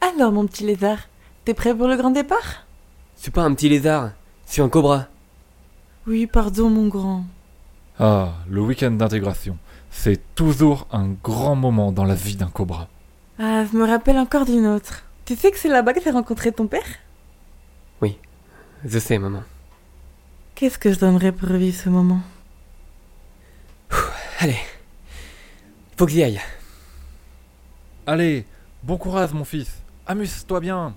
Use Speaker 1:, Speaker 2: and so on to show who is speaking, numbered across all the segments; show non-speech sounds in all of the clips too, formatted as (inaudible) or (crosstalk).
Speaker 1: alors, mon petit lézard T'es prêt pour le grand départ
Speaker 2: C'est pas un petit lézard, c'est un cobra.
Speaker 1: Oui, pardon, mon grand.
Speaker 3: Ah, le week-end d'intégration, c'est toujours un grand moment dans la vie d'un cobra.
Speaker 1: Ah, je me rappelle encore d'une autre. Tu sais que c'est là-bas que t'as rencontré ton père
Speaker 2: Je sais, maman.
Speaker 1: Qu'est-ce que je donnerais pour vivre ce moment
Speaker 2: Faut que j'y aille.
Speaker 3: Allez, bon courage mon fils, amuse-toi bien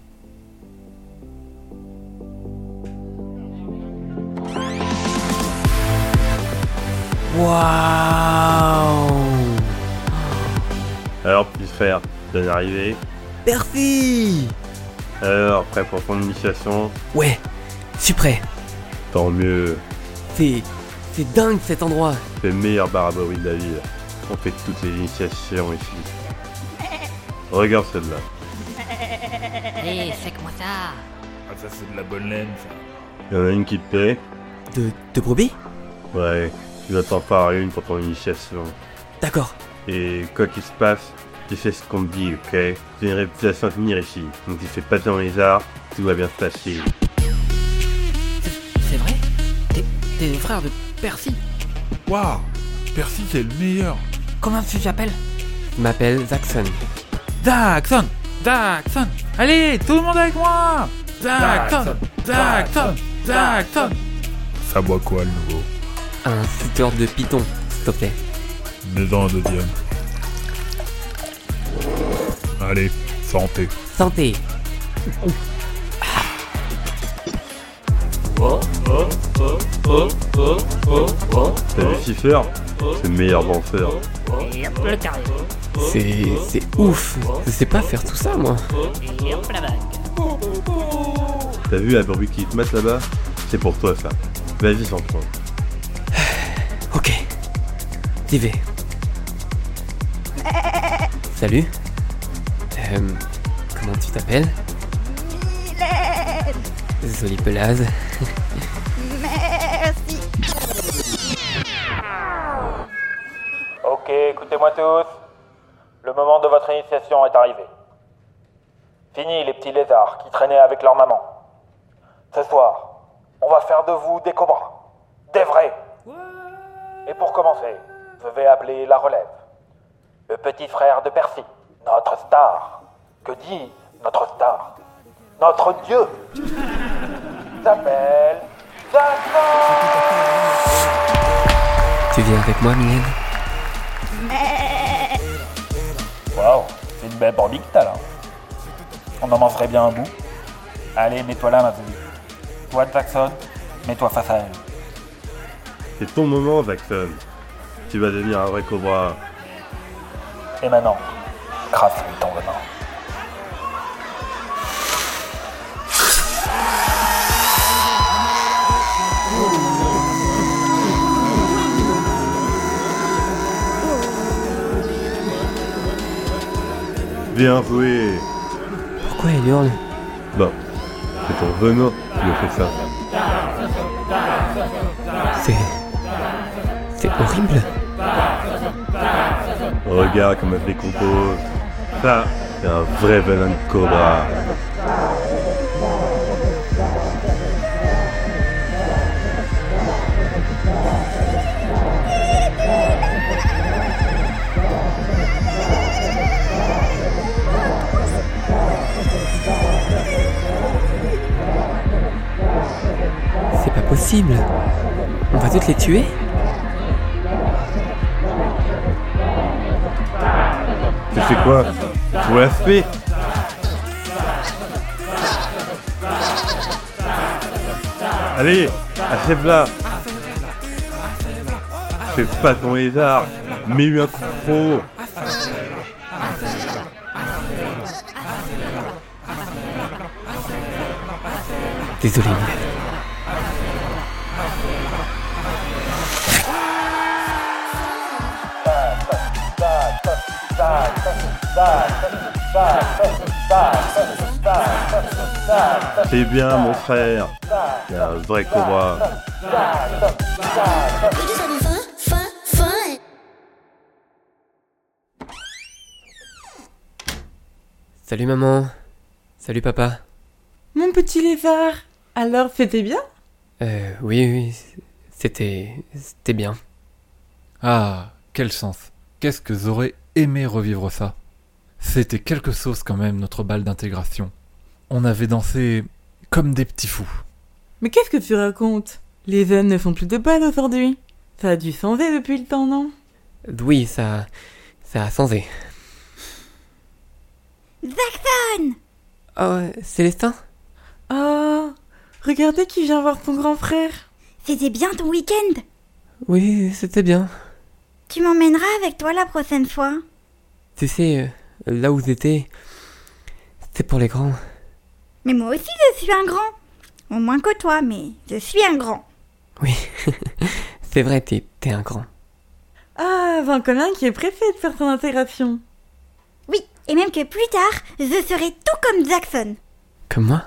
Speaker 2: Waouh
Speaker 4: Alors, petit frère, bien arrivé.
Speaker 2: Merci
Speaker 4: Alors, prêt pour ton initiation
Speaker 2: Ouais, je suis prêt.
Speaker 4: Tant mieux.
Speaker 2: C'est. C'est dingue cet endroit.
Speaker 4: C'est le meilleur barabori de la ville. On fait toutes les initiations ici. Regarde celle-là.
Speaker 5: Allez, fais-moi ça.
Speaker 6: Ah, ça, c'est de la bonne laine, ça.
Speaker 4: Il y en a une qui te plaît
Speaker 2: De. de brebis
Speaker 4: Ouais, tu vas t'en faire une pour ton initiation.
Speaker 2: D'accord.
Speaker 4: Et quoi qu'il se passe, tu sais ce qu'on te dit, ok J'ai une réputation à tenir ici. Donc tu fais pas dans les arts, tout va bien se passer.
Speaker 2: C'est vrai T'es. t'es le frère de Percy
Speaker 6: Waouh Percy, c'est le meilleur.
Speaker 5: Comment tu t'appelles
Speaker 2: Je m'appelle Jackson.
Speaker 3: Daxon Daxon Allez, tout le monde avec moi
Speaker 6: Daxon, Daxon,
Speaker 3: Daxon
Speaker 6: Ça boit quoi, le nouveau
Speaker 2: Un tuteur de Python, s'il te plaît.
Speaker 6: Mets-en un deuxième. Allez, santé.
Speaker 2: Santé
Speaker 4: T'as vu Cipher C'est le meilleur danseur.
Speaker 5: Et hop le carré.
Speaker 2: C'est. c'est ouf Je sais pas faire tout ça, moi.
Speaker 5: Et hop la bague.
Speaker 4: T'as vu la bruit qui te mate là-bas C'est pour toi ça. Vas-y, sans prendre.
Speaker 2: Ok. J'y vais. Salut. Euh, comment tu t'appelles Jolie pelase.
Speaker 7: Ok, écoutez-moi tous. Le moment de votre initiation est arrivé. Fini les petits lézards qui traînaient avec leur maman. Ce soir, on va faire de vous des cobras. Des vrais. Et pour commencer, je vais appeler la relève. Le petit frère de Percy. Notre star. Que dit notre star Notre dieu (laughs) s'appelle Jason
Speaker 2: Tu viens avec moi, Mylène
Speaker 7: Waouh, c'est une belle brebis que t'as là. On en mangerait bien un bout. Allez, mets-toi là, ma brebis. Toi, Jackson, mets-toi face à elle.
Speaker 4: C'est ton moment, Jackson. Tu vas devenir un vrai cobra.
Speaker 7: Et maintenant, crasse-lui ton venin.
Speaker 4: Bien joué
Speaker 2: Pourquoi elle hurle
Speaker 4: Bon, c'est ton venin qui le fait ça.
Speaker 2: C'est. C'est horrible.
Speaker 4: Regarde comme elle décompose. Ça, c'est un vrai venin de cobra.
Speaker 2: C'est pas possible. On va toutes les tuer
Speaker 4: Tu sais quoi Faut la fait Allez, achève-la Fais pas ton lézard Mets-lui un coup de pro
Speaker 2: Désolé, Mylène.
Speaker 4: C'est bien, mon frère C'est un vrai cobra
Speaker 2: Salut, maman. Salut papa.
Speaker 1: Mon petit lézard Alors, c'était bien
Speaker 2: Euh, oui, oui, c'était. C'était bien.
Speaker 3: Ah, quel sens. Qu'est-ce que j'aurais aimé revivre ça. C'était quelque chose quand même, notre bal d'intégration. On avait dansé comme des petits fous.
Speaker 1: Mais qu'est-ce que tu racontes Les hommes ne font plus de balles aujourd'hui. Ça a dû changer depuis le temps, non
Speaker 2: Oui, ça. Ça a sensé. Oh, Célestin
Speaker 1: Oh Regardez qui vient voir ton grand frère
Speaker 8: C'était bien ton week-end
Speaker 2: Oui, c'était bien.
Speaker 8: Tu m'emmèneras avec toi la prochaine fois.
Speaker 2: Tu sais, euh, là où j'étais, c'était pour les grands.
Speaker 8: Mais moi aussi je suis un grand. Au moins que toi, mais je suis un grand.
Speaker 2: Oui, c'est vrai, t'es t'es un grand.
Speaker 1: Ah, Vincolin qui est préfet de certaines intégrations
Speaker 8: Oui, et même que plus tard, je serai tout comme Jackson.
Speaker 2: Comme moi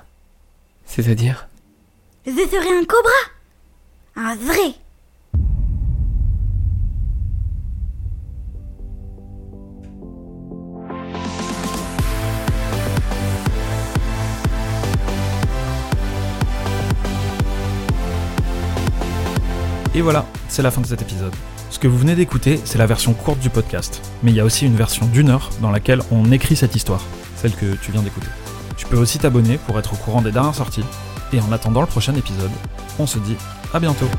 Speaker 2: C'est-à-dire
Speaker 8: Je serai un cobra. Un vrai.
Speaker 9: Et voilà, c'est la fin de cet épisode. Ce que vous venez d'écouter, c'est la version courte du podcast. Mais il y a aussi une version d'une heure dans laquelle on écrit cette histoire, celle que tu viens d'écouter. Tu peux aussi t'abonner pour être au courant des dernières sorties. Et en attendant le prochain épisode, on se dit à bientôt.